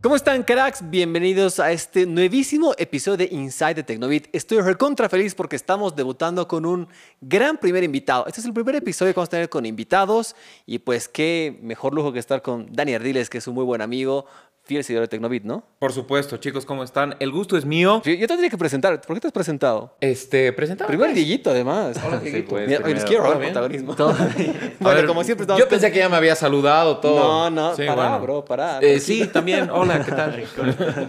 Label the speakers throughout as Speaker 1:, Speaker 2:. Speaker 1: ¿Cómo están, cracks? Bienvenidos a este nuevísimo episodio de Inside the Tecnobit. Estoy recontra feliz porque estamos debutando con un gran primer invitado. Este es el primer episodio que vamos a tener con invitados y pues qué mejor lujo que estar con Dani Ardiles, que es un muy buen amigo, fiel seguidor de Tecnobit, ¿no?
Speaker 2: Por supuesto, chicos, ¿cómo están? El gusto es mío.
Speaker 1: Yo, yo te tendría que presentar. ¿Por qué te has presentado?
Speaker 2: Este, presentamos.
Speaker 1: Primer Dieguito, además.
Speaker 2: Hola, Dieguito.
Speaker 1: Mira, hoy les quiero robar el protagonismo. bueno, como siempre estamos...
Speaker 2: Yo pensé que ya me había saludado todo.
Speaker 1: No, no,
Speaker 2: Sí,
Speaker 1: pará,
Speaker 2: bueno.
Speaker 1: bro, pará.
Speaker 2: Eh, sí, también. Hola, ¿qué tal?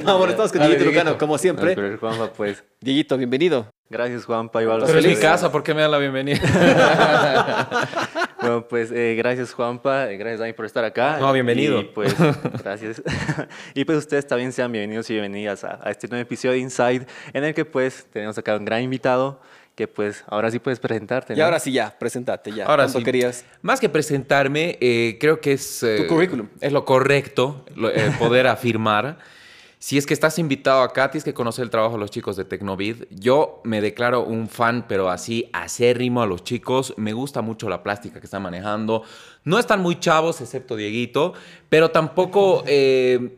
Speaker 1: No, bueno, estamos con
Speaker 2: A ver,
Speaker 1: Dieguito Lucano,
Speaker 2: Dieguito.
Speaker 1: como
Speaker 3: Al
Speaker 1: siempre.
Speaker 3: primer Juanpa, pues.
Speaker 1: Dieguito, bienvenido.
Speaker 3: Gracias, Juanpa. Igual
Speaker 2: Pero es mi
Speaker 1: Feliz.
Speaker 2: casa, ¿por qué me dan la bienvenida?
Speaker 3: Bueno, pues eh, gracias, Juanpa. eh, Gracias, Dani, por estar acá.
Speaker 2: No, bienvenido.
Speaker 3: Y pues, gracias. y pues ustedes también sean bienvenidos y bienvenidas a, a este nuevo episodio de Inside, en el que pues tenemos acá un gran invitado que pues ahora sí puedes presentarte.
Speaker 1: Y
Speaker 3: ¿no?
Speaker 1: ahora sí, ya, presentate ya.
Speaker 2: Ahora
Speaker 1: ¿Cuánto
Speaker 2: sí.
Speaker 1: querías?
Speaker 2: Más que presentarme, eh, creo que es... eh,
Speaker 1: Tu currículum.
Speaker 2: Es lo correcto lo- eh, poder afirmar. Si es que estás invitado acá, tienes que conocer el trabajo de los chicos de Tecnovid. Yo me declaro un fan, pero así acérrimo a los chicos. Me gusta mucho la plástica que están manejando. No están muy chavos, excepto Dieguito, pero tampoco... eh,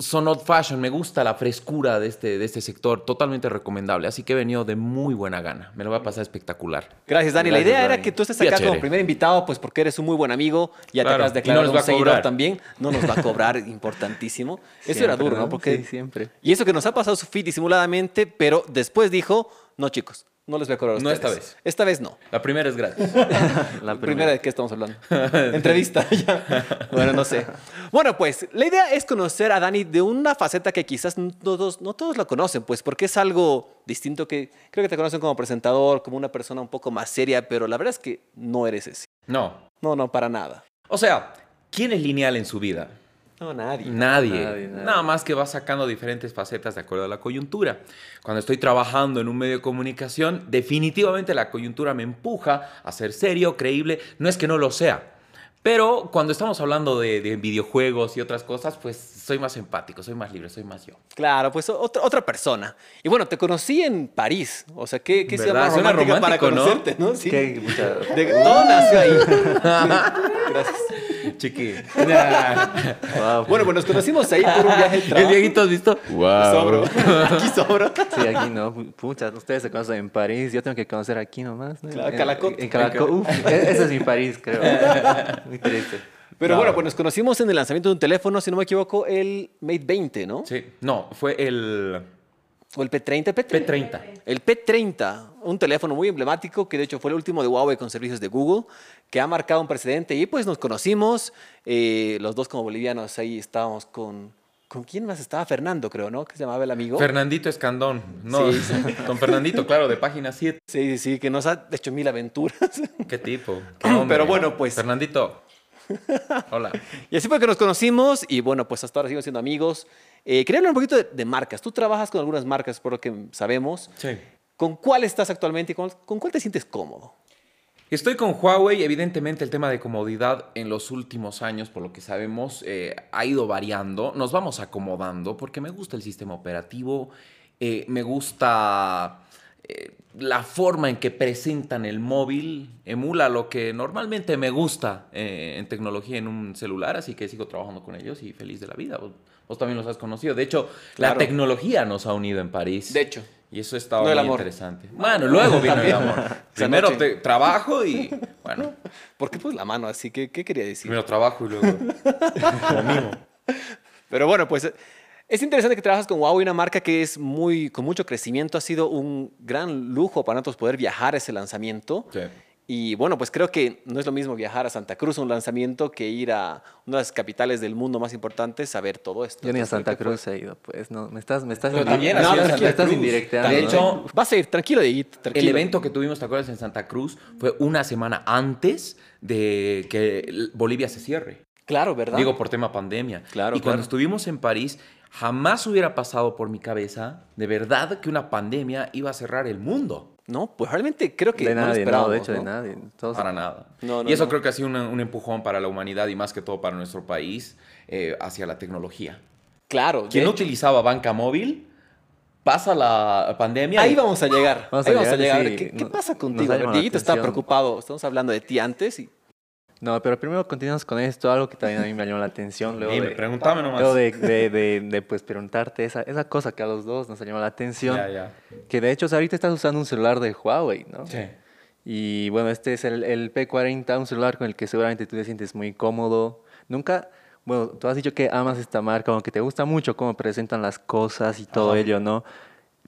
Speaker 2: son old fashion, me gusta la frescura de este, de este sector, totalmente recomendable. Así que he venido de muy buena gana, me lo va a pasar espectacular.
Speaker 1: Gracias, Dani. la
Speaker 3: Gracias,
Speaker 1: idea era
Speaker 3: Dani.
Speaker 1: que tú estés
Speaker 2: Ya,
Speaker 1: acá
Speaker 2: chévere.
Speaker 1: como primer invitado, pues porque eres un muy buen amigo, ya
Speaker 2: Claro,
Speaker 1: te has
Speaker 2: y no
Speaker 1: declarado
Speaker 2: nos va
Speaker 1: un
Speaker 2: a
Speaker 1: seguidor
Speaker 2: cobrar.
Speaker 1: también. No nos va a cobrar, importantísimo. Eso era
Speaker 3: Siempre,
Speaker 1: duro, ¿no?
Speaker 3: ¿no?
Speaker 1: Porque
Speaker 3: Sí, siempre.
Speaker 1: Y eso que nos ha pasado su feed disimuladamente, pero después dijo, no, chicos, no les voy a cobrar a
Speaker 2: No,
Speaker 1: ustedes.
Speaker 2: esta vez.
Speaker 1: Esta vez no.
Speaker 2: La primera es gratis. Ah,
Speaker 3: La primera.
Speaker 1: primera de qué estamos hablando. Entrevista, ya. Bueno, no sé. Bueno, pues la idea es conocer a Dani de una faceta que quizás no todos, no todos la conocen, pues porque es algo distinto que creo que te conocen como presentador, como una persona un poco más seria, pero la verdad es que no eres ese.
Speaker 2: No.
Speaker 1: No, no, para nada.
Speaker 2: O sea, ¿quién es lineal en su vida?
Speaker 1: No, nadie.
Speaker 2: Nadie.
Speaker 3: Nadie, nadie.
Speaker 2: Nada más que va sacando diferentes facetas de acuerdo a la coyuntura. Cuando estoy trabajando en un medio de comunicación, definitivamente la coyuntura me empuja a ser serio, creíble. No es que no lo sea. Pero cuando estamos hablando de, de videojuegos y otras cosas, pues soy más empático, soy más libre, soy más yo.
Speaker 1: Claro, pues otra, otra persona. Y bueno, te conocí en París. O sea, ¿qué, qué ciudad
Speaker 2: ¿Verdad?
Speaker 1: más
Speaker 2: Suena
Speaker 1: romántica para
Speaker 2: romántico, ¿no?
Speaker 1: conocerte, no? Sí.
Speaker 3: Qué mucha-
Speaker 1: De- todo nació ahí. Gracias.
Speaker 2: Chiqui.
Speaker 3: Wow.
Speaker 1: Bueno, pues nos conocimos ahí por un viaje de
Speaker 2: El
Speaker 1: trabajo.
Speaker 2: Dieguito, ¿has visto?
Speaker 1: Sobro. Aquí sobro.
Speaker 3: Sí, aquí no. Pucha, ustedes se conocen en París. Yo tengo que conocer aquí nomás. ¿no?
Speaker 1: Claro,
Speaker 3: En-
Speaker 1: Calacot.
Speaker 3: En Calacot. Uf, e- ese es mi París, creo. Muy triste.
Speaker 1: Pero
Speaker 2: Claro.
Speaker 1: bueno, pues nos conocimos en el lanzamiento de un teléfono, si no me equivoco, el Mate 20, ¿no?
Speaker 2: Sí. No, fue el
Speaker 1: O el P30, P30.
Speaker 2: P30.
Speaker 1: El P30, un teléfono muy emblemático que de hecho fue el último de Huawei con servicios de Google, que ha marcado un precedente y pues nos conocimos, eh, los dos como bolivianos, ahí estábamos con... ¿Con quién más estaba? Fernando, creo, ¿no? Que se llamaba el amigo.
Speaker 2: Fernandito Escandón. No,
Speaker 1: Sí.
Speaker 2: con Fernandito, claro, de página 7.
Speaker 1: sí, sí, sí, que nos ha hecho mil aventuras.
Speaker 2: Qué tipo. qué
Speaker 1: Pero
Speaker 2: hombre.
Speaker 1: bueno, pues.
Speaker 2: Fernandito. Hola.
Speaker 1: Y así fue que nos conocimos y bueno, pues hasta ahora seguimos siendo amigos. Eh, quería hablar un poquito de, de marcas. Tú trabajas con algunas marcas, por lo que sabemos.
Speaker 2: Sí.
Speaker 1: ¿Con cuál estás actualmente y con, con cuál te sientes cómodo?
Speaker 2: Estoy con Huawei, evidentemente el tema de comodidad en los últimos años, por lo que sabemos, eh, ha ido variando. Nos vamos acomodando porque me gusta el sistema operativo, eh, me gusta eh, la forma en que presentan el móvil, emula lo que normalmente me gusta eh, en tecnología en un celular, así que sigo trabajando con ellos y feliz de la vida. Vos, vos también los has conocido. De hecho,
Speaker 1: Claro.
Speaker 2: la tecnología nos ha unido en París.
Speaker 1: De hecho.
Speaker 2: Y eso está
Speaker 1: No
Speaker 2: muy
Speaker 1: el amor.
Speaker 2: interesante. Bueno, luego vino el amor. Primero
Speaker 1: noche.
Speaker 2: te- trabajo y. Bueno,
Speaker 1: ¿Por qué pues la mano así? ¿Qué, qué quería decir?
Speaker 2: primero trabajo y luego.
Speaker 1: Pero bueno, pues eh, es interesante que trabajas con Huawei, una marca que es muy, con mucho crecimiento. Ha sido un gran lujo para nosotros poder viajar a ese lanzamiento.
Speaker 2: Sí.
Speaker 1: Y bueno, pues creo que no es lo mismo viajar a Santa Cruz a un lanzamiento que ir a una de las capitales del mundo más importantes a ver todo esto.
Speaker 3: Yo ni a
Speaker 1: Entonces, creo
Speaker 3: Santa
Speaker 1: que fue-
Speaker 3: Cruz he ido, pues. No, me estás, me estás,
Speaker 2: Pero
Speaker 3: indi-
Speaker 2: también
Speaker 3: no,
Speaker 2: has ido a
Speaker 3: me
Speaker 2: Santa
Speaker 3: estás
Speaker 2: Cruz.
Speaker 3: indirectando.
Speaker 2: De
Speaker 3: ¿no?
Speaker 2: hecho,
Speaker 1: Vas a ir, tranquilo, Dieguito,
Speaker 2: El
Speaker 1: tranquilo.
Speaker 2: evento que tuvimos, ¿te acuerdas? En Santa Cruz fue una semana antes de que el- Bolivia se cierre.
Speaker 1: Claro, ¿verdad?
Speaker 2: Digo, por tema pandemia.
Speaker 1: Claro,
Speaker 2: Y cuando
Speaker 1: claro.
Speaker 2: estuvimos en París, jamás hubiera pasado por mi cabeza, de verdad, que una pandemia iba a cerrar el mundo.
Speaker 1: No, pues realmente creo que
Speaker 3: de
Speaker 1: no lo
Speaker 3: nadie, no,
Speaker 1: esperábamos,
Speaker 3: de hecho, de
Speaker 1: ¿no?
Speaker 3: nadie. Todos-
Speaker 2: Para nada.
Speaker 1: No, no,
Speaker 2: y eso
Speaker 1: no.
Speaker 2: creo que ha sido un, un empujón para la humanidad y más que todo para nuestro país eh, hacia la tecnología.
Speaker 1: Claro. de
Speaker 2: Quien no
Speaker 1: hecho,
Speaker 2: utilizaba banca móvil pasa la pandemia.
Speaker 1: Ahí
Speaker 2: y-
Speaker 1: vamos a llegar.
Speaker 3: Vamos a
Speaker 1: ahí vamos a
Speaker 3: llegar,
Speaker 1: llegar.
Speaker 3: sí.
Speaker 1: ¿Qué, qué
Speaker 3: No-
Speaker 1: pasa
Speaker 3: nos
Speaker 1: contigo?
Speaker 3: ha
Speaker 1: A ver,
Speaker 3: llamado la
Speaker 1: Dieguito está
Speaker 3: atención.
Speaker 1: preocupado. Estamos hablando de ti antes y
Speaker 3: No, pero primero continuamos con esto, algo que también a mí me llamó la atención. Luego
Speaker 2: Dime,
Speaker 3: de,
Speaker 2: pregúntame nomás.
Speaker 3: luego de, de- de- de, pues, preguntarte esa, esa cosa que a los dos nos llamó la atención.
Speaker 2: Ya, ya.
Speaker 3: Que de hecho, o sea, ahorita estás usando un celular de Huawei, ¿no?
Speaker 2: Sí.
Speaker 3: Y bueno, este es el, el P40, un celular con el que seguramente tú te sientes muy cómodo. Nunca, bueno, tú has dicho que amas esta marca, como que te gusta mucho cómo presentan las cosas y todo ello, ¿no?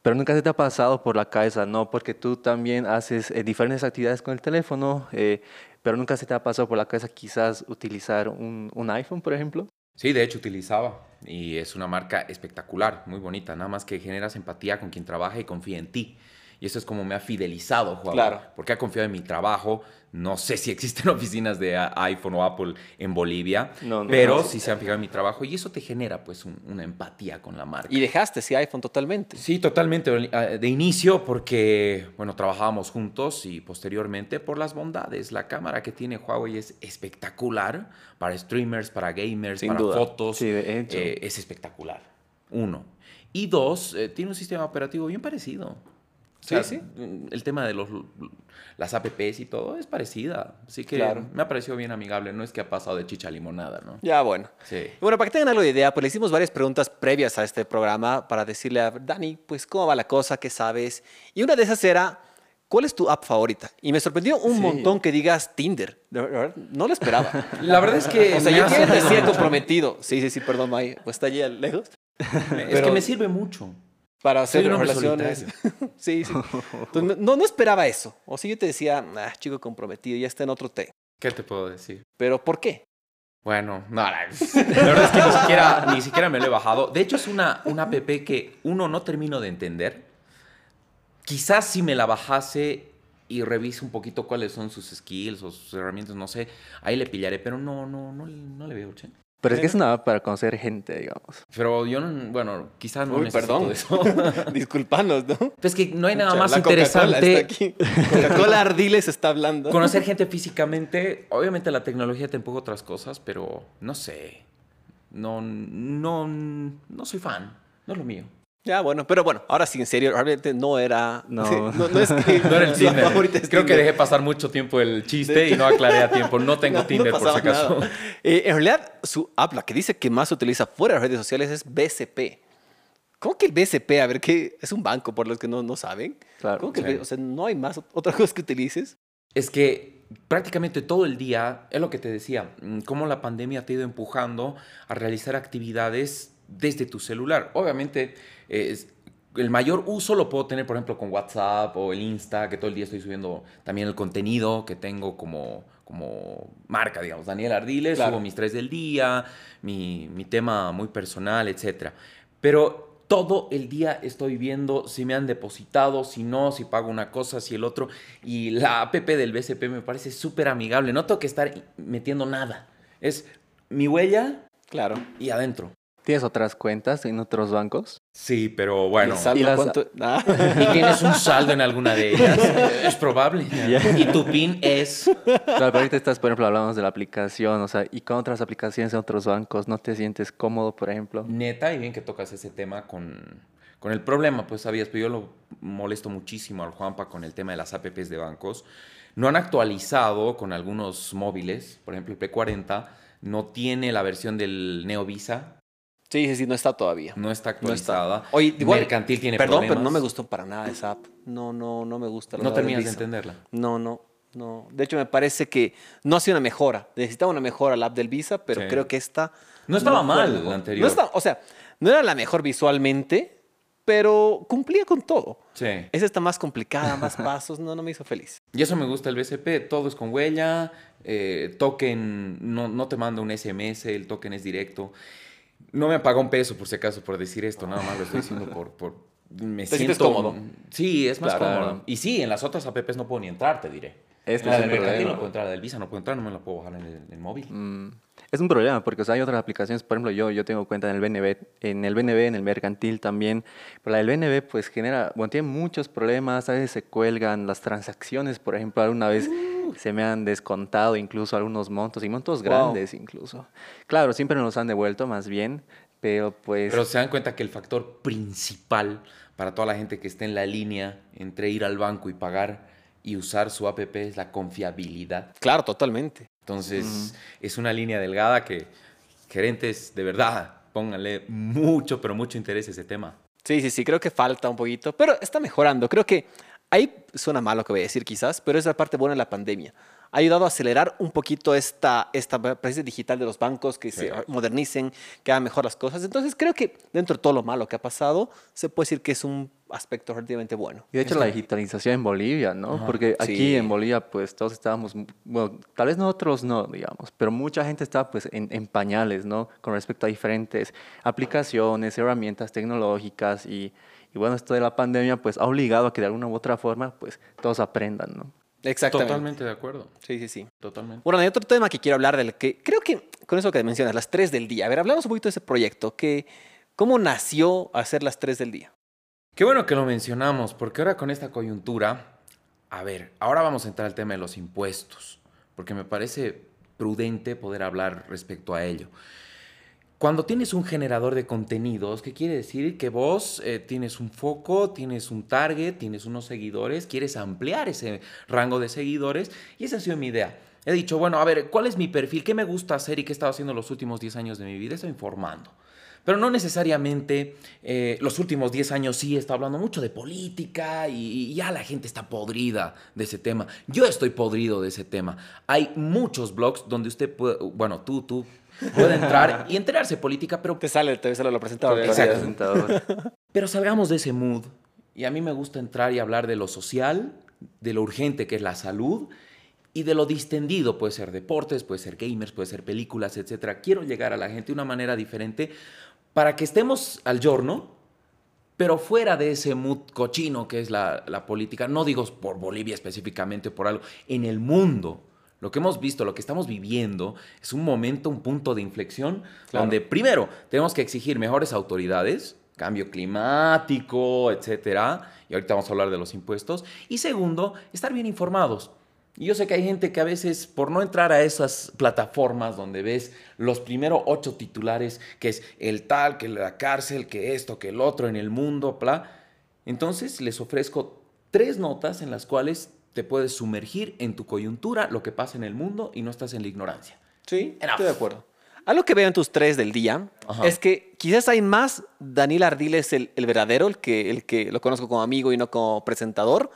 Speaker 3: Pero nunca se te ha pasado por la cabeza, ¿no? Porque tú también haces eh, diferentes actividades con el teléfono, eh, pero nunca se te ha pasado por la cabeza quizás utilizar un, un iPhone, por ejemplo.
Speaker 2: Sí, de hecho utilizaba y es una marca espectacular, muy bonita, nada más que generas empatía con quien trabaja y confía en ti. Y eso es como me ha fidelizado, Huawei,
Speaker 3: Claro.
Speaker 2: porque ha confiado en mi trabajo. No sé si existen oficinas de a- iPhone o Apple en Bolivia,
Speaker 3: No, no
Speaker 2: pero
Speaker 3: existen.
Speaker 2: sí se han fijado en mi trabajo y eso te genera pues un- una empatía con la marca.
Speaker 1: Y dejaste ese iPhone totalmente.
Speaker 2: Sí, totalmente. eh, De inicio, porque, bueno, trabajábamos juntos y posteriormente por las bondades. La cámara que tiene Huawei es espectacular para streamers, para gamers,
Speaker 1: Sin
Speaker 2: para
Speaker 1: duda.
Speaker 2: fotos.
Speaker 3: Sí, de hecho.
Speaker 2: Eh, es espectacular. Uno. Y dos, eh, tiene un sistema operativo bien parecido. O sea,
Speaker 1: Sí, sí.
Speaker 2: mm, El tema de los, las apps y todo es parecida. Así que
Speaker 1: Claro.
Speaker 2: me ha parecido bien amigable. No es que ha pasado de chicha a limonada, ¿no?
Speaker 1: Ya, bueno.
Speaker 2: Sí.
Speaker 1: Bueno, para que tengan algo de idea, pues le hicimos varias preguntas previas a este programa para decirle a Dani, pues, ¿cómo va la cosa? ¿Qué sabes? Y una de esas era, ¿cuál es tu app favorita? Y me sorprendió un
Speaker 3: Sí.
Speaker 1: montón que digas Tinder. De verdad, No lo esperaba.
Speaker 2: La verdad es que...
Speaker 1: O sea,
Speaker 2: me
Speaker 1: yo
Speaker 2: ha
Speaker 1: te
Speaker 2: servido
Speaker 1: decía
Speaker 2: mucho.
Speaker 1: comprometido. Sí, sí, sí, perdón, May. Pues está allí lejos.
Speaker 2: Es que
Speaker 1: pero-
Speaker 2: me sirve mucho.
Speaker 1: Para
Speaker 2: Soy
Speaker 1: hacer
Speaker 2: un hombre
Speaker 1: relaciones. sí, sí. Entonces, no- no, no esperaba eso. O sea, yo te decía, ah, chico comprometido, ya está en otro té.
Speaker 2: ¿Qué te puedo decir?
Speaker 1: Pero ¿por qué?
Speaker 2: Bueno, no, la la verdad es que ni siquiera, ni siquiera me lo he bajado. De hecho, es una, una app que uno no termino de entender. Quizás si me la bajase y revise un poquito cuáles son sus skills o sus herramientas, no sé, ahí le pillaré, pero no, no, no, le- no le veo, che.
Speaker 3: Pero es que es una app para conocer gente, digamos.
Speaker 2: Pero yo, no- bueno, quizás no
Speaker 1: Uy,
Speaker 2: necesito
Speaker 1: perdón.
Speaker 2: de eso.
Speaker 1: Disculpanos, ¿no?
Speaker 2: Es que no hay nada
Speaker 1: Pucha,
Speaker 2: más
Speaker 1: la Coca-Cola está
Speaker 2: interesante
Speaker 1: aquí. Coca-Cola Ardiles está hablando.
Speaker 2: Conocer gente físicamente, obviamente la tecnología te empuja a otras cosas, pero no sé. No, no, no soy fan. No es lo mío.
Speaker 1: Ya, bueno, pero bueno, ahora sí, en serio, realmente no era.
Speaker 3: No.
Speaker 1: no, no es que.
Speaker 2: No era el
Speaker 1: su app
Speaker 2: Tinder.
Speaker 1: favorita es
Speaker 2: Creo que
Speaker 1: Tinder.
Speaker 2: dejé pasar mucho tiempo el chiste y no aclaré a tiempo. No tengo
Speaker 1: No, no
Speaker 2: Tinder por si
Speaker 1: pasaba
Speaker 2: acaso.
Speaker 1: nada. Eh, en realidad, su app, la que dice que más se utiliza fuera de las redes sociales es BCP. ¿Cómo que el BCP? A ver, ¿qué? Es un banco, por los que no, no saben.
Speaker 3: Claro,
Speaker 1: ¿Cómo que el
Speaker 2: sí.
Speaker 1: B- O sea, no hay más otra cosa que utilices.
Speaker 2: Es que prácticamente todo el día, es lo que te decía, mm, cómo la pandemia te ha ido empujando a realizar actividades desde tu celular. Obviamente, eh, es- el mayor uso lo puedo tener, por ejemplo, con WhatsApp o el Insta, que todo el día estoy subiendo también el contenido que tengo como, como marca, digamos. Daniel Ardiles,
Speaker 1: Claro.
Speaker 2: subo mis tres del día, mi, mi tema muy personal, etcétera. Pero todo el día estoy viendo si me han depositado, si no, si pago una cosa, si el otro. Y la app del BCP me parece súper amigable. No tengo que estar metiendo nada. Es mi huella
Speaker 1: Claro.
Speaker 2: y adentro.
Speaker 3: ¿Tienes otras cuentas en otros bancos?
Speaker 2: Sí, pero bueno.
Speaker 1: El saldo,
Speaker 3: Y las-
Speaker 1: ¿cuánto? Ah.
Speaker 2: Y tienes un saldo en alguna de ellas. Es probable. Y tu pin es.
Speaker 3: Claro, pero ahorita estás, por ejemplo, hablamos de la aplicación, o sea, y con otras aplicaciones en otros bancos, ¿no te sientes cómodo, por ejemplo?
Speaker 2: Neta, y bien que tocas ese tema con, con el problema, pues sabías, pero yo lo molesto muchísimo al Juanpa con el tema de las APPs de bancos. No han actualizado con algunos móviles, por ejemplo el P40, no tiene la versión del Neo Visa,
Speaker 1: Sí, sí, sí, no está todavía.
Speaker 2: no está
Speaker 1: No está.
Speaker 2: actualizada.
Speaker 1: Oye, igual,
Speaker 2: Mercantil tiene
Speaker 1: Perdón,
Speaker 2: problemas.
Speaker 1: pero no me gustó para nada esa app. No, no, no me gusta. la
Speaker 2: No
Speaker 1: nueva
Speaker 2: terminas de
Speaker 1: Visa.
Speaker 2: entenderla.
Speaker 1: No, no, no. De hecho, me parece que no ha sido una mejora. Necesitaba una mejora la app del Visa, pero
Speaker 2: Sí.
Speaker 1: creo que esta.
Speaker 2: No estaba
Speaker 1: fue
Speaker 2: mal
Speaker 1: mejor.
Speaker 2: la anterior.
Speaker 1: No estaba- o sea, no era la mejor visualmente, pero cumplía con todo.
Speaker 2: Sí.
Speaker 1: Esa está más complicada, más pasos. No, no me hizo feliz.
Speaker 2: Y eso me gusta el BCP, todo es con huella, eh, token, no, no te manda un SMS, el token es directo. No me pagó un peso, por si acaso, por decir esto, nada más lo estoy diciendo por... por me
Speaker 1: Te sientes
Speaker 2: siento
Speaker 1: cómodo.
Speaker 2: Sí, es más
Speaker 3: Claro.
Speaker 2: cómodo. Y sí, en las otras apps no puedo ni entrar, te diré.
Speaker 3: Este
Speaker 2: la
Speaker 3: es
Speaker 2: del
Speaker 3: el
Speaker 2: Mercantil no puedo
Speaker 3: problema.
Speaker 2: entrar, la del Visa no puedo entrar, no me la puedo bajar en el, en el móvil.
Speaker 3: Mm, Es un problema porque o sea, hay otras aplicaciones, por ejemplo, yo, yo tengo cuenta en el BNB, en el BNB, en el mercantil también, pero la del BNB pues genera, bueno, tiene muchos problemas, a veces se cuelgan las transacciones, por ejemplo, alguna vez se me han descontado incluso algunos montos y montos
Speaker 1: Wow.
Speaker 3: grandes incluso. Claro, siempre nos los han devuelto más bien, pero pues...
Speaker 2: Pero se dan cuenta que el factor principal para toda la gente que esté en la línea entre ir al banco y pagar y usar su app es la confiabilidad.
Speaker 1: Claro, totalmente.
Speaker 2: Entonces, es una línea delgada que gerentes, de verdad, pónganle mucho, pero mucho interés a ese tema.
Speaker 1: Sí, sí, sí, creo que falta un poquito, pero está mejorando. Creo que ahí suena mal lo que voy a decir quizás, pero es la parte buena de la pandemia. Ha ayudado a acelerar un poquito esta, esta presencia digital de los bancos, que se
Speaker 2: Claro.
Speaker 1: modernicen, que hagan mejor las cosas. Entonces creo que dentro de todo lo malo que ha pasado, se puede decir que es un aspecto relativamente bueno.
Speaker 3: Y de hecho la digitalización en Bolivia, ¿no? Porque aquí
Speaker 1: Sí.
Speaker 3: en Bolivia pues todos estábamos, bueno, tal vez nosotros no, digamos, pero mucha gente está pues en, en pañales, ¿no? Con respecto a diferentes aplicaciones, herramientas tecnológicas y, y bueno, esto de la pandemia pues ha obligado a que de alguna u otra forma pues todos aprendan, ¿no?
Speaker 1: Exactamente.
Speaker 2: Totalmente de acuerdo.
Speaker 1: Sí, sí, sí.
Speaker 2: Totalmente.
Speaker 1: Bueno, hay otro tema que quiero hablar del que creo que con eso que mencionas, las 3 del día. A ver, hablamos un poquito de ese proyecto, que cómo nació hacer las 3 del día.
Speaker 2: Qué bueno que lo mencionamos, porque ahora con esta coyuntura, a ver, ahora vamos a entrar al tema de los impuestos, porque me parece prudente poder hablar respecto a ello. Cuando tienes un generador de contenidos, ¿qué quiere decir? Que vos eh, tienes un foco, tienes un target, tienes unos seguidores, quieres ampliar ese rango de seguidores y esa ha sido mi idea. He dicho, bueno, a ver, ¿cuál es mi perfil? ¿Qué me gusta hacer y qué he estado haciendo los últimos 10 años de mi vida? Estoy informando. Pero no necesariamente eh, los últimos 10 años sí está hablando mucho de política y, y ya la gente está podrida de ese tema. Yo estoy podrido de ese tema. Hay muchos blogs donde usted puede, bueno, tú, tú, puede entrar y enterarse de política, pero
Speaker 1: Te sale, te sale lo presentado.
Speaker 2: Exacto.
Speaker 3: Presentador.
Speaker 2: pero salgamos de ese mood. Y a mí me gusta entrar y hablar de lo social, de lo urgente que es la salud y de lo distendido. Puede ser deportes, puede ser gamers, puede ser películas, etc. Quiero llegar a la gente de una manera diferente para que estemos al giorno, pero fuera de ese mood cochino que es la, la política. No digo por Bolivia específicamente o por algo. En el mundo, lo que hemos visto, lo que estamos viviendo, es un momento, un punto de inflexión
Speaker 1: Claro.
Speaker 2: donde primero tenemos que exigir mejores autoridades, cambio climático, etcétera, y ahorita vamos a hablar de los impuestos, y segundo, estar bien informados. Y yo sé que hay gente que a veces, por no entrar a esas plataformas donde ves los primeros ocho titulares, que es el tal, que la cárcel, que esto, que el otro en el mundo, bla, entonces les ofrezco tres notas en las cuales te puedes sumergir en tu coyuntura, lo que pasa en el mundo y no estás en la ignorancia.
Speaker 1: Sí,
Speaker 2: Enough.
Speaker 1: estoy de acuerdo. Algo que veo en tus tres del día
Speaker 2: Ajá.
Speaker 1: es que quizás hay más Daniel Ardiles, el, el verdadero, el que, el que lo conozco como amigo y no como presentador.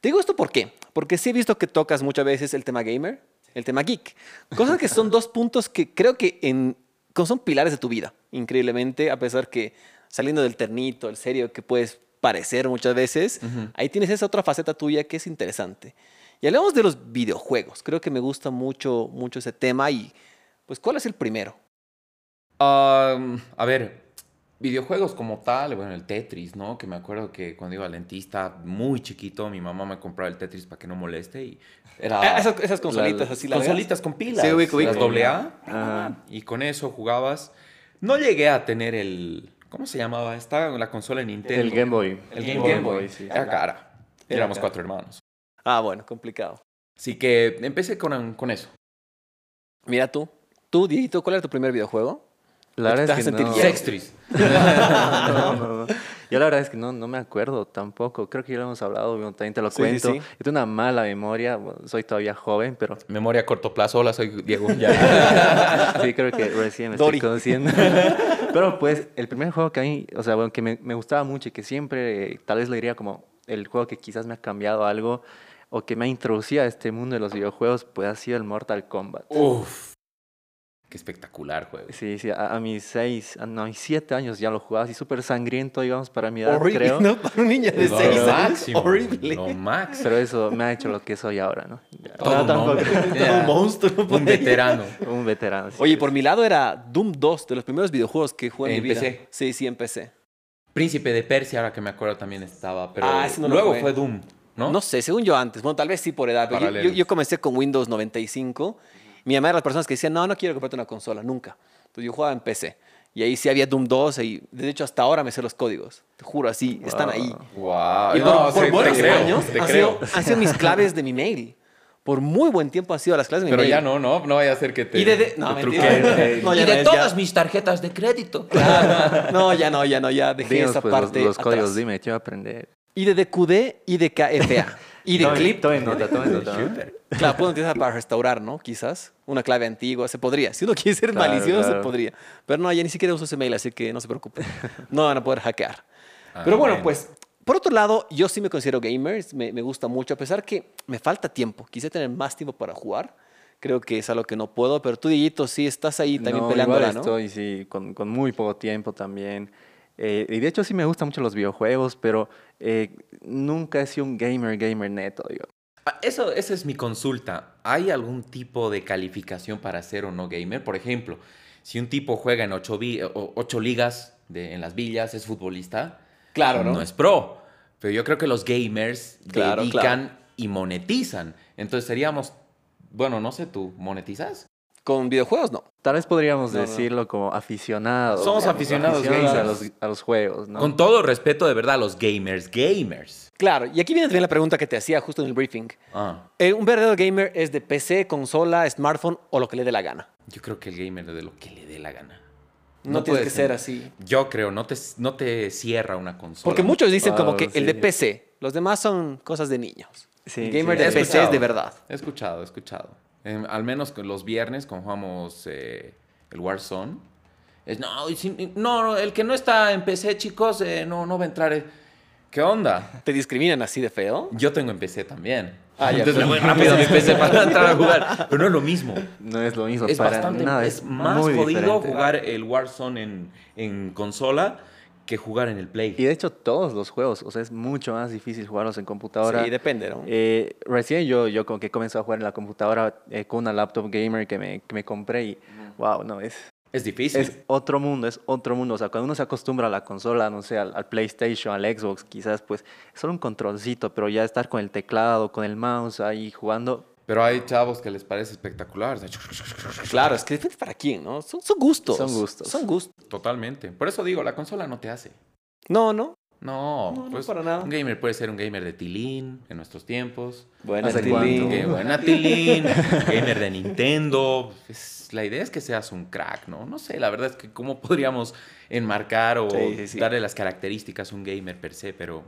Speaker 1: Te digo esto por qué. Porque sí he visto que tocas muchas veces el tema gamer, el tema geek. Cosas que son dos puntos que creo que en, como son pilares de tu vida, increíblemente, a pesar que saliendo del ternito, el serio que puedes parecer muchas veces, ahí tienes esa otra faceta tuya que es interesante. Y hablamos de los videojuegos. Creo que me gusta mucho, mucho ese tema y pues ¿cuál es el primero?
Speaker 2: Am, a ver, videojuegos como tal, bueno, el Tetris, ¿no? Que me acuerdo que cuando iba al dentista, muy chiquito, mi mamá me compraba el Tetris para que no moleste y era...
Speaker 1: Ah, esas, esas consolitas
Speaker 3: la-
Speaker 1: así largas.
Speaker 2: consolitas con pilas.
Speaker 1: Sí, ubico, ubico.
Speaker 2: Las doble A.
Speaker 3: Ajá.
Speaker 2: Y con eso jugabas. No llegué a tener el... ¿Cómo se llamaba? Estaba la consola de Nintendo.
Speaker 3: El Game Boy.
Speaker 2: El Game, Game Boy,
Speaker 3: sí.
Speaker 2: Era cara.
Speaker 1: Era
Speaker 2: Éramos
Speaker 1: cara.
Speaker 2: cuatro hermanos.
Speaker 1: Ah, bueno, complicado.
Speaker 2: Así que empecé con, con eso.
Speaker 1: Mira tú, tú, Dieguito, ¿cuál era tu primer videojuego?
Speaker 3: La
Speaker 1: Te vas
Speaker 3: verdad es
Speaker 1: a
Speaker 3: que
Speaker 1: sentir
Speaker 3: no.
Speaker 1: Oh. sexy.
Speaker 2: Sextris.
Speaker 3: No, no, no. Yo la verdad es que no, no me acuerdo tampoco. Creo que ya lo hemos hablado, bueno, también te lo
Speaker 1: Sí, sí,
Speaker 3: cuento.
Speaker 1: sí.
Speaker 3: Yo tengo una mala memoria, bueno, soy todavía joven, pero
Speaker 2: Memoria a corto plazo. Hola, soy Diego. Ya.
Speaker 3: sí, creo que recién me
Speaker 1: Dory.
Speaker 3: estoy conociendo. Pero pues, el primer juego que a mí, o sea, bueno, que me, me gustaba mucho y que siempre, eh, tal vez le diría como el juego que quizás me ha cambiado algo o que me ha introducido a este mundo de los videojuegos, pues ha sido el Mortal Kombat.
Speaker 2: Uf. Qué espectacular juego.
Speaker 3: Sí, sí, a, a mis seis, a, no, a mis siete años ya lo jugaba así súper sangriento, digamos, para mi edad,
Speaker 1: horrible,
Speaker 3: creo.
Speaker 1: ¿no? Para un niño de
Speaker 2: Lo
Speaker 1: 6 años.
Speaker 2: máximo,
Speaker 1: Este, Horrible.
Speaker 2: Lo máximo.
Speaker 3: Pero eso me ha hecho lo que soy ahora, ¿no? Ya,
Speaker 2: Todo un hombre.
Speaker 1: Todo un monstruo. pues.
Speaker 2: Un veterano.
Speaker 3: Un veterano. sí.
Speaker 1: Oye, por mi lado era Doom 2, de los primeros videojuegos que jugué en, mi
Speaker 2: En
Speaker 1: vida.
Speaker 2: PC.
Speaker 1: Sí, sí, empecé.
Speaker 2: Príncipe de Persia, ahora que me acuerdo también estaba. Pero
Speaker 1: Ah, ese no lo
Speaker 2: luego
Speaker 1: jugué.
Speaker 2: fue Doom, ¿no?
Speaker 1: ¿No? sé, según yo antes. Bueno, tal vez sí por edad. pero yo- yo,
Speaker 2: Paralelos.
Speaker 1: yo comencé con Windows 95. Mi mamá era de las personas que decían, no, no quiero comprarte una consola, nunca. Entonces yo jugaba en PC. Y ahí sí había Doom 2 y de hecho hasta ahora me sé los códigos. Te juro, así, están ahí.
Speaker 2: Wow.
Speaker 1: Y
Speaker 2: No,
Speaker 1: por, por
Speaker 2: sí,
Speaker 1: buenos
Speaker 2: te creo,
Speaker 1: años
Speaker 2: te
Speaker 1: han
Speaker 2: creo.
Speaker 1: sido, han sido mis claves de mi mail. Por muy buen tiempo han sido las claves de mi
Speaker 2: Pero
Speaker 1: mail.
Speaker 2: ya no, no, no vaya a ser que te,
Speaker 1: Y de, de-
Speaker 2: te
Speaker 1: no,
Speaker 2: truque.
Speaker 1: mentira. No, ya no es, ya-
Speaker 2: mis tarjetas de crédito.
Speaker 1: Claro. No, ya no, ya no, ya dejé
Speaker 3: Dinos,
Speaker 1: esa
Speaker 3: pues, los-
Speaker 1: parte.
Speaker 3: los, códigos,
Speaker 1: atrás.
Speaker 3: dime, quiero aprender.
Speaker 1: IDDQD, IDKFA. Y de
Speaker 3: Tomen-
Speaker 1: clip.
Speaker 3: Tomen nota, tomen nota.
Speaker 1: Claro, pues, puedo utilizar para restaurar, ¿no? Quizás. Una clave antigua, se podría. Si uno quiere ser
Speaker 3: Claro,
Speaker 1: malicioso, se
Speaker 3: claro.
Speaker 1: podría. Pero no, ya ni siquiera uso ese mail, así que no se preocupen. No van a poder hackear. Pero
Speaker 2: Ah,
Speaker 1: bueno,
Speaker 2: bueno.
Speaker 1: pues, por otro lado, yo sí me considero gamer, me, me gusta mucho, a pesar que me falta tiempo. Quise tener más tiempo para jugar. Creo que es algo que no puedo, pero tú, Dieguito, sí estás ahí también
Speaker 3: No,
Speaker 1: peleándola,
Speaker 3: igual
Speaker 1: ¿no?
Speaker 3: estoy, sí, con, con muy poco tiempo también. Eh, y de hecho sí me gustan mucho los videojuegos, pero eh, nunca he sido un gamer, gamer neto, digo.
Speaker 2: Ah, Eso, esa es mi consulta. ¿Hay algún tipo de calificación para ser o no gamer? Por ejemplo, si un tipo juega en ocho, vi- o- ocho ligas de- en las villas, es futbolista.
Speaker 1: Claro, ¿no?
Speaker 2: es pro. Pero yo creo que los gamers
Speaker 1: Claro,
Speaker 2: dedican y monetizan. Entonces seríamos, bueno, no sé, ¿tú monetizas?
Speaker 1: Con videojuegos, no.
Speaker 3: Tal vez podríamos
Speaker 1: No, no.
Speaker 3: decirlo como aficionados.
Speaker 2: Somos
Speaker 3: ¿no?
Speaker 2: aficionados
Speaker 3: a
Speaker 2: gamers.
Speaker 3: los, a los juegos, ¿no?
Speaker 2: Con todo respeto, de verdad, los gamers, gamers.
Speaker 1: Claro, y aquí viene también la pregunta que te hacía justo en el briefing.
Speaker 2: Ah,
Speaker 1: Eh, un verdadero gamer es de PC, consola, smartphone o lo que le dé la gana.
Speaker 2: yo creo que el gamer es de lo que le dé la gana.
Speaker 1: No,
Speaker 2: No
Speaker 1: tienes
Speaker 2: puede
Speaker 1: que
Speaker 2: ser.
Speaker 1: ser así.
Speaker 2: Yo creo, no te, no te cierra una consola.
Speaker 1: Porque muchos dicen como
Speaker 3: Ah,
Speaker 1: que el de
Speaker 3: sí.
Speaker 1: PC, los demás son cosas de niños.
Speaker 3: Sí,
Speaker 1: el gamer
Speaker 3: sí,
Speaker 1: de
Speaker 3: he
Speaker 1: PC es de
Speaker 2: escuchado.
Speaker 1: verdad.
Speaker 2: He escuchado, he escuchado. Em, al menos con los viernes, cuando jugamos eh, el Warzone, es no, y si- no, no, el que no está en PC, chicos, eh, no, no va a entrar. eh". ¿Qué onda?
Speaker 1: ¿Te discriminan así de feo?
Speaker 2: Yo tengo en PC también.
Speaker 1: Ah, ya,
Speaker 2: Entonces
Speaker 1: pues.
Speaker 2: me voy rápido a mi PC para entrar a jugar. Pero no es lo mismo.
Speaker 3: No es lo mismo
Speaker 2: Es
Speaker 3: para
Speaker 2: bastante,
Speaker 3: nada.
Speaker 2: es más
Speaker 3: muy
Speaker 2: jodido
Speaker 3: diferente.
Speaker 2: jugar el Warzone en, en consola que jugar en el Play.
Speaker 3: Y de hecho todos los juegos, o sea, es mucho más difícil jugarlos en computadora.
Speaker 1: sí, depende, ¿no?
Speaker 3: Eh, recién yo, yo como que comencé a jugar en la computadora eh, con una laptop gamer que me, que me compré y wow, no, es,
Speaker 2: Es difícil.
Speaker 3: es otro mundo, es otro mundo. O sea, cuando uno se acostumbra a la consola, no sé, al, al PlayStation, al Xbox, quizás pues es solo un controlcito, pero ya estar con el teclado, con el mouse ahí jugando.
Speaker 2: Pero hay chavos que les parece espectacular.
Speaker 1: Claro, es que depende para quién, ¿no? Son, son gustos.
Speaker 3: Son gustos.
Speaker 1: Son gustos.
Speaker 2: Totalmente. Por eso digo, la consola no te hace.
Speaker 1: No, no.
Speaker 2: No,
Speaker 1: No, no,
Speaker 2: pues,
Speaker 1: para nada.
Speaker 2: Un gamer puede ser un gamer de Tilín en nuestros tiempos.
Speaker 1: Buena,
Speaker 3: ¿Hace
Speaker 1: Tilín.
Speaker 3: cuánto?
Speaker 2: Que buena Tilín, gamer de Nintendo. Es- la idea es que seas un crack, ¿no? No sé, la verdad es que cómo podríamos enmarcar o
Speaker 1: Sí, sí, sí.
Speaker 2: darle las características a un gamer per se, pero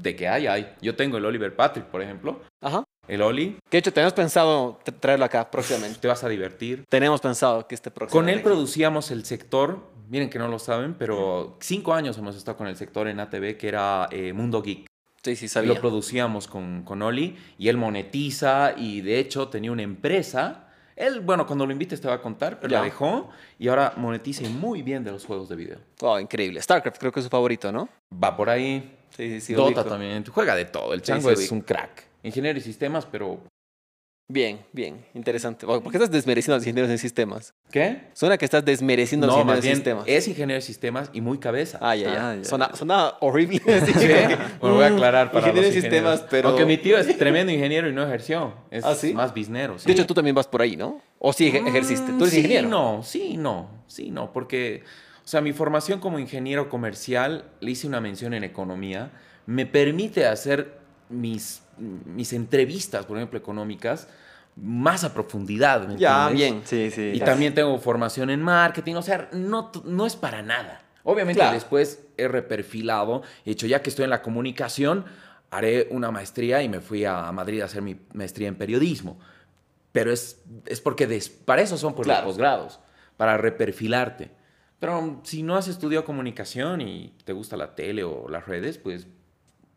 Speaker 2: de que hay, hay. Yo tengo el Oliver Patrick, por ejemplo.
Speaker 1: Ajá.
Speaker 2: El Oli,
Speaker 1: Que de hecho, tenemos pensado tra- traerlo acá próximamente.
Speaker 2: te vas a divertir.
Speaker 1: tenemos pensado que este próximo.
Speaker 2: Con él
Speaker 1: proyecto.
Speaker 2: producíamos el sector, miren que no lo saben, pero cinco años hemos estado con el sector en ATV que era eh, Mundo Geek.
Speaker 1: Sí, sí,
Speaker 2: Y
Speaker 1: sabía.
Speaker 2: Lo producíamos con, con Oli y él monetiza y de hecho tenía una empresa. Él, bueno, cuando lo invites te va a contar, pero
Speaker 1: Ya.
Speaker 2: la dejó y ahora monetiza y muy bien de los juegos de video.
Speaker 1: Wow, Oh, increíble. StarCraft creo que es su favorito, ¿no?
Speaker 2: Va por ahí.
Speaker 1: Sí, sí, sí.
Speaker 2: Dota
Speaker 1: ubico.
Speaker 2: también. Juega de todo. El
Speaker 1: Sí,
Speaker 2: chango
Speaker 1: sí,
Speaker 2: es
Speaker 1: ubico.
Speaker 2: un crack. Ingeniero y sistemas, pero
Speaker 1: Bien, bien. Interesante. Wow, ¿Por qué estás desmereciendo a los ingenieros en sistemas?
Speaker 2: ¿qué?
Speaker 1: Suena que estás desmereciendo a los
Speaker 2: No, más
Speaker 1: ingenieros en
Speaker 2: bien
Speaker 1: sistemas.
Speaker 2: es ingeniero de sistemas y muy cabeza.
Speaker 1: Ah, ya, ya.
Speaker 3: Ah, ya,
Speaker 1: Sona-
Speaker 3: ya.
Speaker 1: sonaba horrible. así
Speaker 2: Sí,
Speaker 1: como que,
Speaker 2: bueno, voy a
Speaker 1: mm,
Speaker 2: aclarar para
Speaker 1: ingeniero
Speaker 2: los
Speaker 1: de sistemas,
Speaker 2: ingenieros.
Speaker 1: pero...
Speaker 2: Aunque mi tío es tremendo ingeniero y no ejerció. Es
Speaker 1: ¿Ah, sí?
Speaker 2: más biznero. sí.
Speaker 1: De hecho, tú también vas por ahí, ¿no? O sí ej- ejerciste. Tú eres
Speaker 2: Mm, sí,
Speaker 1: ingeniero.
Speaker 2: no, sí, no, sí, no, porque, o sea, mi formación como ingeniero comercial, le hice una mención en economía, me permite hacer mis, mis entrevistas, por ejemplo, económicas, más a profundidad. ¿me
Speaker 1: Ya,
Speaker 2: entiendes?
Speaker 1: bien.
Speaker 3: Sí, sí.
Speaker 2: Y también tengo formación en marketing, o sea, no, t- no es para nada. Obviamente
Speaker 1: Claro.
Speaker 2: después he reperfilado, he dicho, ya que estoy en la comunicación, haré una maestría y me fui a Madrid a hacer mi maestría en periodismo. Pero es, es porque des- para eso son pues,
Speaker 1: Claro.
Speaker 2: los posgrados, para reperfilarte. Pero um, si no has estudiado comunicación y te gusta la tele o las redes, pues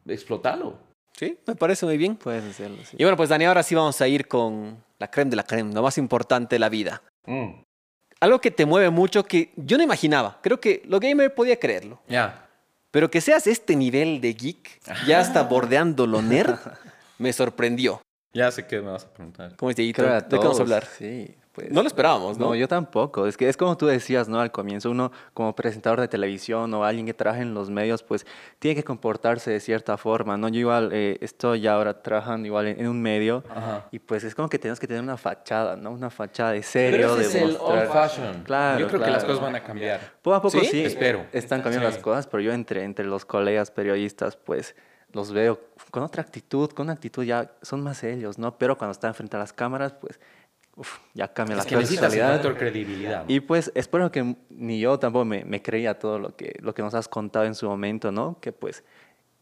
Speaker 2: explótalo.
Speaker 1: Sí, me parece muy bien.
Speaker 3: Puedes hacerlo, sí.
Speaker 1: Y bueno, pues Dani, ahora sí vamos a ir con la creme de la creme, lo más importante de la vida.
Speaker 2: Mm.
Speaker 1: Algo que te mueve mucho que yo no imaginaba. Creo que lo gamer podía creerlo.
Speaker 2: Ya.
Speaker 1: Pero que seas este nivel de geek, ya hasta bordeando lo nerd, me sorprendió.
Speaker 2: Ya sé que me vas a preguntar.
Speaker 1: ¿Cómo es, Dieguito?
Speaker 3: Creo que a
Speaker 1: ¿De qué vamos
Speaker 3: todos,
Speaker 1: a hablar?
Speaker 3: Sí, pues.
Speaker 1: No lo esperábamos, ¿no?
Speaker 3: No, yo tampoco. Es que es como tú decías, ¿no? Al comienzo, uno como presentador de televisión o alguien que trabaja en los medios, pues tiene que comportarse de cierta forma, ¿no? Yo igual eh, estoy ahora trabajando igual en, en un medio
Speaker 2: Ajá.
Speaker 3: y pues es como que tenemos que tener una fachada, ¿no? Una fachada de
Speaker 2: Pero
Speaker 3: serio,
Speaker 2: ese
Speaker 3: de
Speaker 2: es el old
Speaker 3: mostrar-
Speaker 2: fashion.
Speaker 3: Claro,
Speaker 2: Yo creo que las
Speaker 3: claro.
Speaker 2: cosas van a cambiar.
Speaker 3: Poco a poco
Speaker 1: ¿Sí?
Speaker 3: sí, eh,
Speaker 2: Espero.
Speaker 3: están cambiando
Speaker 2: Sí.
Speaker 3: las cosas, pero yo entre, entre los colegas periodistas, pues los veo con otra actitud, con una actitud ya son más ellos, ¿no? Pero cuando están frente a las cámaras, pues uf, ya cambia la
Speaker 2: Es que necesitas un
Speaker 3: personalidad.
Speaker 2: factor credibilidad. ¿no?
Speaker 3: Y pues espero que ni yo tampoco me, me creía todo lo que, lo que nos has contado en su momento, ¿no? Que pues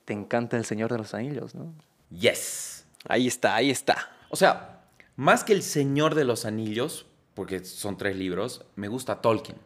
Speaker 3: te encanta el Señor de los Anillos, ¿no?
Speaker 2: Ya. Yes.
Speaker 1: Ahí está, ahí está.
Speaker 2: O sea, más que El Señor de los Anillos, porque son tres libros, me gusta Tolkien.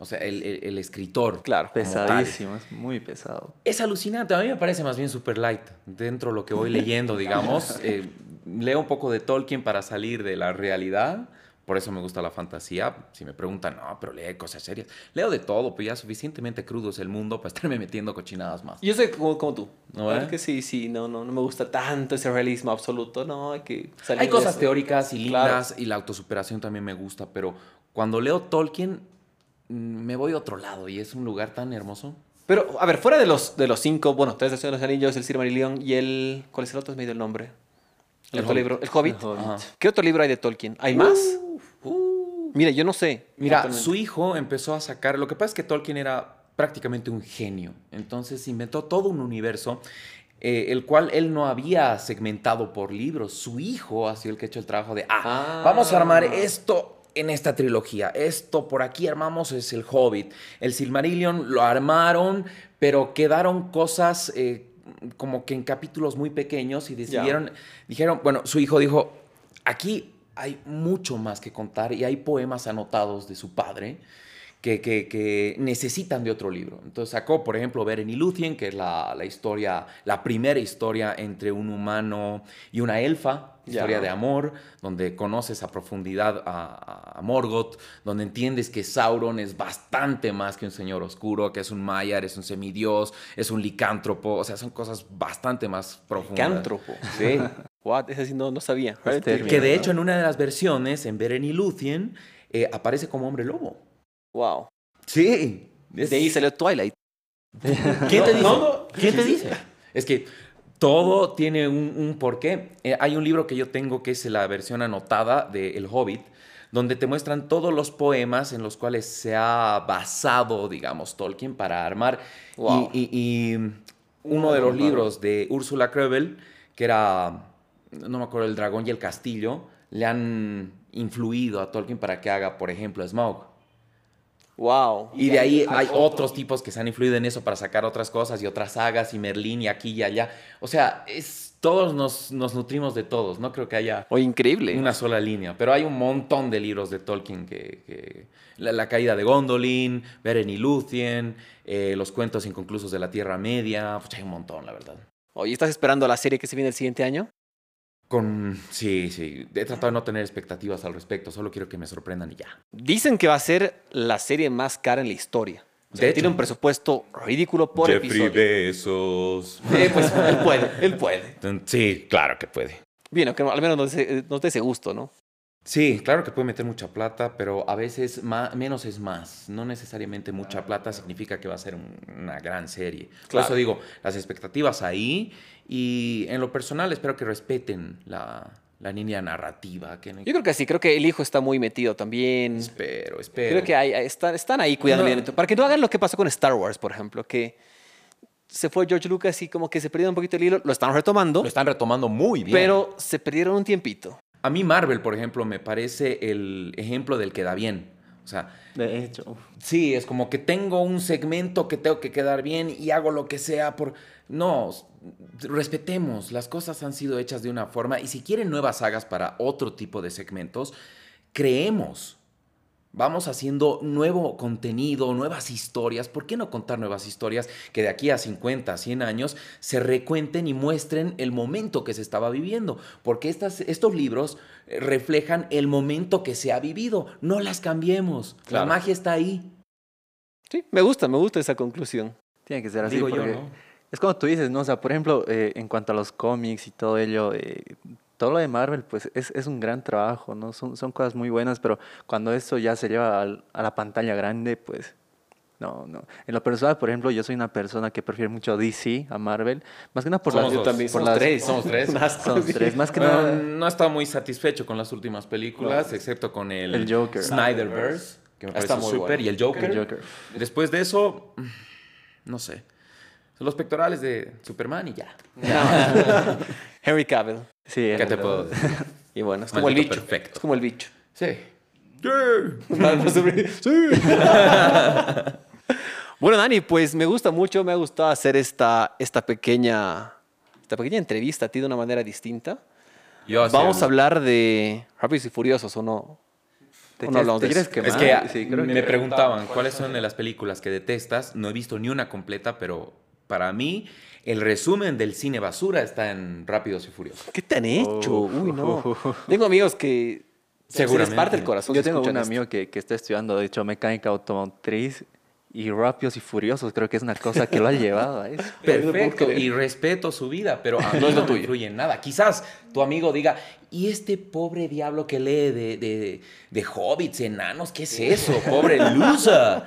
Speaker 2: O sea, el, el- el escritor.
Speaker 1: Claro.
Speaker 2: como tal.
Speaker 3: Pesadísimo, es muy pesado.
Speaker 2: Es alucinante, a mí me parece más bien super light. Dentro de lo que voy leyendo, digamos, eh, leo un poco de Tolkien para salir de la realidad. Por eso me gusta la fantasía. Si me preguntan, no, pero lee cosas serias. Leo de todo, pues ya suficientemente crudo es el mundo para estarme metiendo cochinadas más.
Speaker 1: Yo soy como, como tú.
Speaker 2: ¿No,
Speaker 1: La verdad
Speaker 2: eh?
Speaker 1: es que sí, sí, no, no, no me gusta tanto ese realismo absoluto. No, hay que salir
Speaker 2: Hay
Speaker 1: de
Speaker 2: cosas
Speaker 1: eso.
Speaker 2: teóricas y
Speaker 1: Claro.
Speaker 2: lindas y la autosuperación también me gusta, pero cuando leo Tolkien mm, me voy a otro lado y es un lugar tan hermoso.
Speaker 1: Pero, a ver, fuera de los, de los cinco, bueno, tres de los Anillos, el Silmarillion y el. ¿Cuál es el otro? Es medio el nombre. El,
Speaker 2: El
Speaker 1: otro
Speaker 2: Hobbit.
Speaker 1: libro. El Hobbit.
Speaker 3: El Hobbit.
Speaker 2: Ajá.
Speaker 1: ¿Qué otro libro hay de Tolkien? ¿Hay más? Mira, yo no sé.
Speaker 2: Uh. Mira,
Speaker 1: Actualmente.
Speaker 2: su hijo empezó a sacar, lo que pasa es que Tolkien era prácticamente un genio, entonces inventó todo un universo, eh, el cual él no había segmentado por libros, su hijo ha sido el que ha hecho el trabajo de, ah,
Speaker 1: Ah.
Speaker 2: vamos a armar esto en esta trilogía, esto por aquí armamos es el Hobbit, el Silmarillion lo armaron, pero quedaron cosas eh, como que en capítulos muy pequeños y decidieron, dijeron, bueno, su hijo dijo, aquí hay mucho más que contar y hay poemas anotados de su padre que, que- que necesitan de otro libro. Entonces sacó, por ejemplo, Beren y Luthien, que es la, la historia, la primera historia entre un humano y una elfa,
Speaker 1: Ya.
Speaker 2: historia de amor, donde conoces a profundidad a, a- a Morgoth, donde entiendes que Sauron es bastante más que un señor oscuro, que es un Maiar, es un semidios, es un licántropo, o sea, son cosas bastante más profundas.
Speaker 1: Cántropo.
Speaker 2: Sí.
Speaker 1: What? Ese sí no, no sabía. Realmente-
Speaker 3: término.
Speaker 2: que de hecho en una de las versiones, en Beren y Luthien, eh, aparece como hombre lobo.
Speaker 1: Wow.
Speaker 2: Sí.
Speaker 1: De ahí salió Twilight.
Speaker 2: ¿Quién te dice?
Speaker 1: No, no.
Speaker 2: ¿Quién te dice? Es que todo tiene un, un porqué. Eh, hay un libro que yo tengo que es la versión anotada de El Hobbit, donde te muestran todos los poemas en los cuales se ha basado, digamos, Tolkien para armar. Y-
Speaker 1: Wow.
Speaker 2: Y, y uno de los libros de Úrsula Krebel, que era, no me acuerdo, El dragón y el castillo, le han influido a Tolkien para que haga, por ejemplo, Smaug.
Speaker 1: Wow.
Speaker 2: Y de ahí hay otros tipos que se han influido en eso para sacar otras cosas y otras sagas y Merlín y aquí y allá. O sea, es, todos nos, nos nutrimos de todos. No creo que haya
Speaker 1: Oye, increíble.
Speaker 2: una sola línea, pero hay un montón de libros de Tolkien que... que- la, La caída de Gondolin, Beren y Luthien, eh, Los cuentos inconclusos de la Tierra Media. Pues hay un montón, la verdad.
Speaker 1: Oye, ¿estás esperando la serie que se viene el siguiente año?
Speaker 2: Con, sí, sí. He tratado de no tener expectativas al respecto. Solo quiero que me sorprendan y ya.
Speaker 1: Dicen que va a ser la serie más cara en la historia. O sea,
Speaker 2: De
Speaker 1: que tiene
Speaker 2: hecho.
Speaker 1: un presupuesto ridículo por episodio.
Speaker 2: Bezos.
Speaker 1: Eh, pues él puede, él puede.
Speaker 2: Sí, claro que puede.
Speaker 1: Bien, aunque al menos nos dé, nos dé ese gusto, ¿no?
Speaker 2: Sí, claro que puede meter mucha plata, pero a veces ma- menos es más. No necesariamente mucha plata significa que va a ser un- una gran serie. Por
Speaker 1: Claro.
Speaker 2: eso digo, las expectativas ahí y en lo personal espero que respeten la, la línea narrativa. Que no-
Speaker 1: Yo creo que sí, creo que el hijo está muy metido también.
Speaker 2: Espero, espero.
Speaker 1: Creo que hay- hay- están, están ahí cuidando
Speaker 2: No.
Speaker 1: el elemento. Para que no hagan lo que pasó con Star Wars, por ejemplo, que se fue George Lucas y como que se perdieron un poquito el hilo, lo están retomando,
Speaker 2: Lo están retomando muy bien.
Speaker 1: pero se perdieron un tiempito.
Speaker 2: a mí Marvel, por ejemplo, me parece el ejemplo del que da bien. O sea,
Speaker 3: De hecho, uf.
Speaker 2: Sí, es como que tengo un segmento que tengo que quedar bien y hago lo que sea por... No, s- respetemos, las cosas han sido hechas de una forma y si quieren nuevas sagas para otro tipo de segmentos, creemos. Vamos haciendo nuevo contenido, nuevas historias. ¿Por qué no contar nuevas historias que de aquí a 50, 100 años se recuenten y muestren el momento que se estaba viviendo? Porque estas, estos libros eh, reflejan el momento que se ha vivido. No las cambiemos.
Speaker 1: Claro.
Speaker 2: La magia está ahí.
Speaker 1: Sí, me gusta, me gusta esa conclusión.
Speaker 3: tiene que ser así.
Speaker 2: Digo yo,
Speaker 3: porque
Speaker 2: ¿no?
Speaker 3: Es como tú dices, ¿no? O sea, por ejemplo, eh, en cuanto a los cómics y todo ello, eh, todo lo de Marvel, pues es, es un gran trabajo, ¿no? Son, son cosas muy buenas, pero cuando eso ya se lleva al- a la pantalla grande, pues no, no. En lo personal, por ejemplo, yo soy una persona que prefiere mucho DC a Marvel, más que nada por
Speaker 2: Somos
Speaker 3: las...
Speaker 2: dos.
Speaker 3: por
Speaker 1: somos
Speaker 3: las-
Speaker 1: tres.
Speaker 2: somos tres.
Speaker 1: Más-
Speaker 3: Somos tres, más que
Speaker 2: Bueno,
Speaker 3: nada...
Speaker 2: no estaba muy satisfecho con las últimas películas, excepto con el,
Speaker 3: El Joker.
Speaker 2: Snyderverse, que me
Speaker 1: Está
Speaker 2: pareció
Speaker 1: muy
Speaker 2: súper,
Speaker 1: bueno.
Speaker 2: y el Joker.
Speaker 3: El Joker.
Speaker 2: Después de eso, mm, no sé. Los pectorales de Superman y ya.
Speaker 1: Henry Cavill.
Speaker 3: Sí,
Speaker 2: ¿Qué
Speaker 3: era
Speaker 2: te
Speaker 3: la-
Speaker 2: puedo decir?
Speaker 1: Y bueno, es como el
Speaker 2: Maldito
Speaker 1: bicho.
Speaker 2: perfecto.
Speaker 1: Es como el bicho.
Speaker 2: Sí.
Speaker 1: Bueno, Dani, pues me gusta mucho, me ha gustado hacer esta, esta pequeña la pequeña entrevista a ti de una manera distinta.
Speaker 2: Yo así
Speaker 1: Vamos
Speaker 2: hablo.
Speaker 1: a hablar de Rápidos y Furiosos o no.
Speaker 3: ¿Te
Speaker 1: o no
Speaker 3: quieres-
Speaker 1: hablamos
Speaker 3: te
Speaker 1: de
Speaker 3: quieres
Speaker 1: eso.
Speaker 3: que-
Speaker 2: Es
Speaker 3: Ah,
Speaker 2: que
Speaker 3: sí, creo
Speaker 2: me
Speaker 3: que-
Speaker 2: preguntaban cuáles son de las películas que detestas. No he visto ni una completa, pero para mí el resumen del cine basura está en Rápidos y Furiosos.
Speaker 1: ¿Qué te han hecho?
Speaker 3: Uf.
Speaker 1: Uy, no. Oh. Tengo amigos que se les
Speaker 2: Seguramente.
Speaker 1: parte el corazón.
Speaker 3: Yo
Speaker 1: si
Speaker 3: tengo un
Speaker 1: escuchan esto.
Speaker 3: amigo que, que está estudiando, de hecho, mecánica automotriz y rápidos y furiosos. Creo que es una cosa que lo ha llevado a eso.
Speaker 2: Perfecto, y respeto su vida, pero a mí
Speaker 1: Ah, No
Speaker 2: no,
Speaker 1: es lo
Speaker 2: me
Speaker 1: tuyo.
Speaker 2: influye en nada. Quizás tu amigo diga, ¿y este pobre diablo que lee de, de, de hobbits, enanos? ¿Qué es eso? Pobre loser.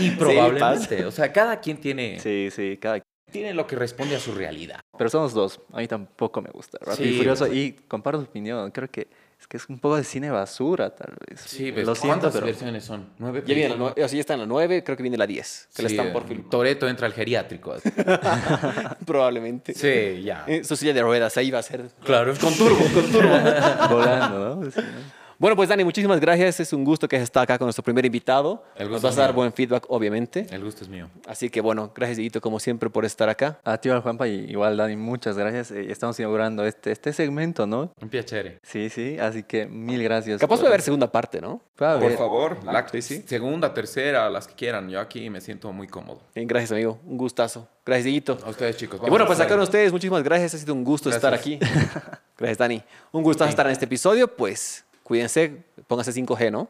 Speaker 2: Y probablemente, o sea, cada quien tiene,
Speaker 3: Sí, sí, cada
Speaker 2: tiene lo que responde a su realidad.
Speaker 3: Pero somos dos. A mí tampoco me gusta. Rápido y
Speaker 2: Sí,
Speaker 3: Furioso.
Speaker 2: pues.
Speaker 3: Y comparto tu opinión. Creo que es que es un poco de cine basura, tal vez.
Speaker 2: Sí, pues,
Speaker 3: lo siento,
Speaker 2: ¿cuántas
Speaker 3: pero.
Speaker 2: versiones son? ¿Nueve?
Speaker 1: Ya, viene la nue- o sea, ya está en la 9, creo que viene la 10. Que la
Speaker 2: Sí,
Speaker 1: están por
Speaker 2: eh,
Speaker 1: filmar.
Speaker 2: Toretto entra al geriátrico.
Speaker 1: Probablemente.
Speaker 2: Sí, ya.
Speaker 1: Eh, Su silla de ruedas, ahí va a ser.
Speaker 2: Claro.
Speaker 1: Con turbo, con turbo.
Speaker 3: Volando, ¿no? Sí, ¿no?
Speaker 1: bueno, pues Dani, muchísimas gracias. Es un gusto que hayas estado acá con nuestro primer invitado.
Speaker 2: El
Speaker 1: Nos
Speaker 2: gusto
Speaker 1: vas
Speaker 2: es
Speaker 1: a dar
Speaker 2: mío.
Speaker 1: buen feedback, obviamente.
Speaker 2: El gusto es mío.
Speaker 1: Así que bueno, gracias, Dieguito, como siempre, por estar acá.
Speaker 3: A ti, Juanpa, y igual, Dani, muchas gracias. Eh, Estamos inaugurando este, este segmento, ¿no?
Speaker 2: Un piacere.
Speaker 3: Sí, sí. Así que mil gracias.
Speaker 1: Capaz
Speaker 3: por-
Speaker 1: puede haber segunda parte, ¿no?
Speaker 3: Puede haber.
Speaker 2: Por favor, la
Speaker 1: Sí, sí.
Speaker 2: segunda, tercera, las que quieran. Yo aquí me siento muy cómodo.
Speaker 1: Bien, gracias, amigo. Un gustazo. Gracias, Dieguito.
Speaker 2: A ustedes, chicos.
Speaker 1: Y bueno,
Speaker 2: vamos
Speaker 1: pues
Speaker 2: a
Speaker 1: acá con
Speaker 2: hacer-
Speaker 1: ustedes, muchísimas gracias. Ha sido un gusto estar aquí.
Speaker 2: Gracias.
Speaker 1: gracias, Dani. Un gustazo estar en este episodio. Pues cuídense, pónganse 5G, ¿no?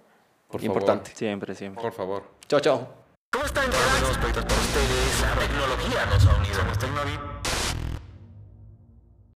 Speaker 2: Por favor.
Speaker 1: Importante.
Speaker 3: Siempre, siempre.
Speaker 2: Por favor.
Speaker 1: Chao, chao.
Speaker 4: ¿Cómo están, cracks? Proyectos para ustedes. La tecnología nos ha unido. Somos Tecnovit.